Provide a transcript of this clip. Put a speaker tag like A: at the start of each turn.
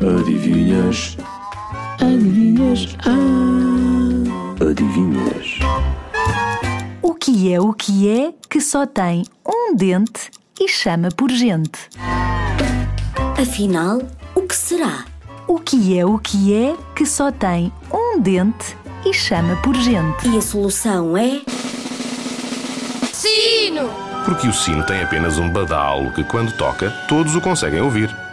A: Adivinhas?
B: Adivinhas? Ah!
A: Adivinhas?
C: O que é o que é que só tem um dente e chama por gente?
D: Afinal, o que será?
C: O que é o que é que só tem um dente e chama por gente?
D: E a solução é.
E: Porque o sino tem apenas um badalo que, quando toca, todos o conseguem ouvir.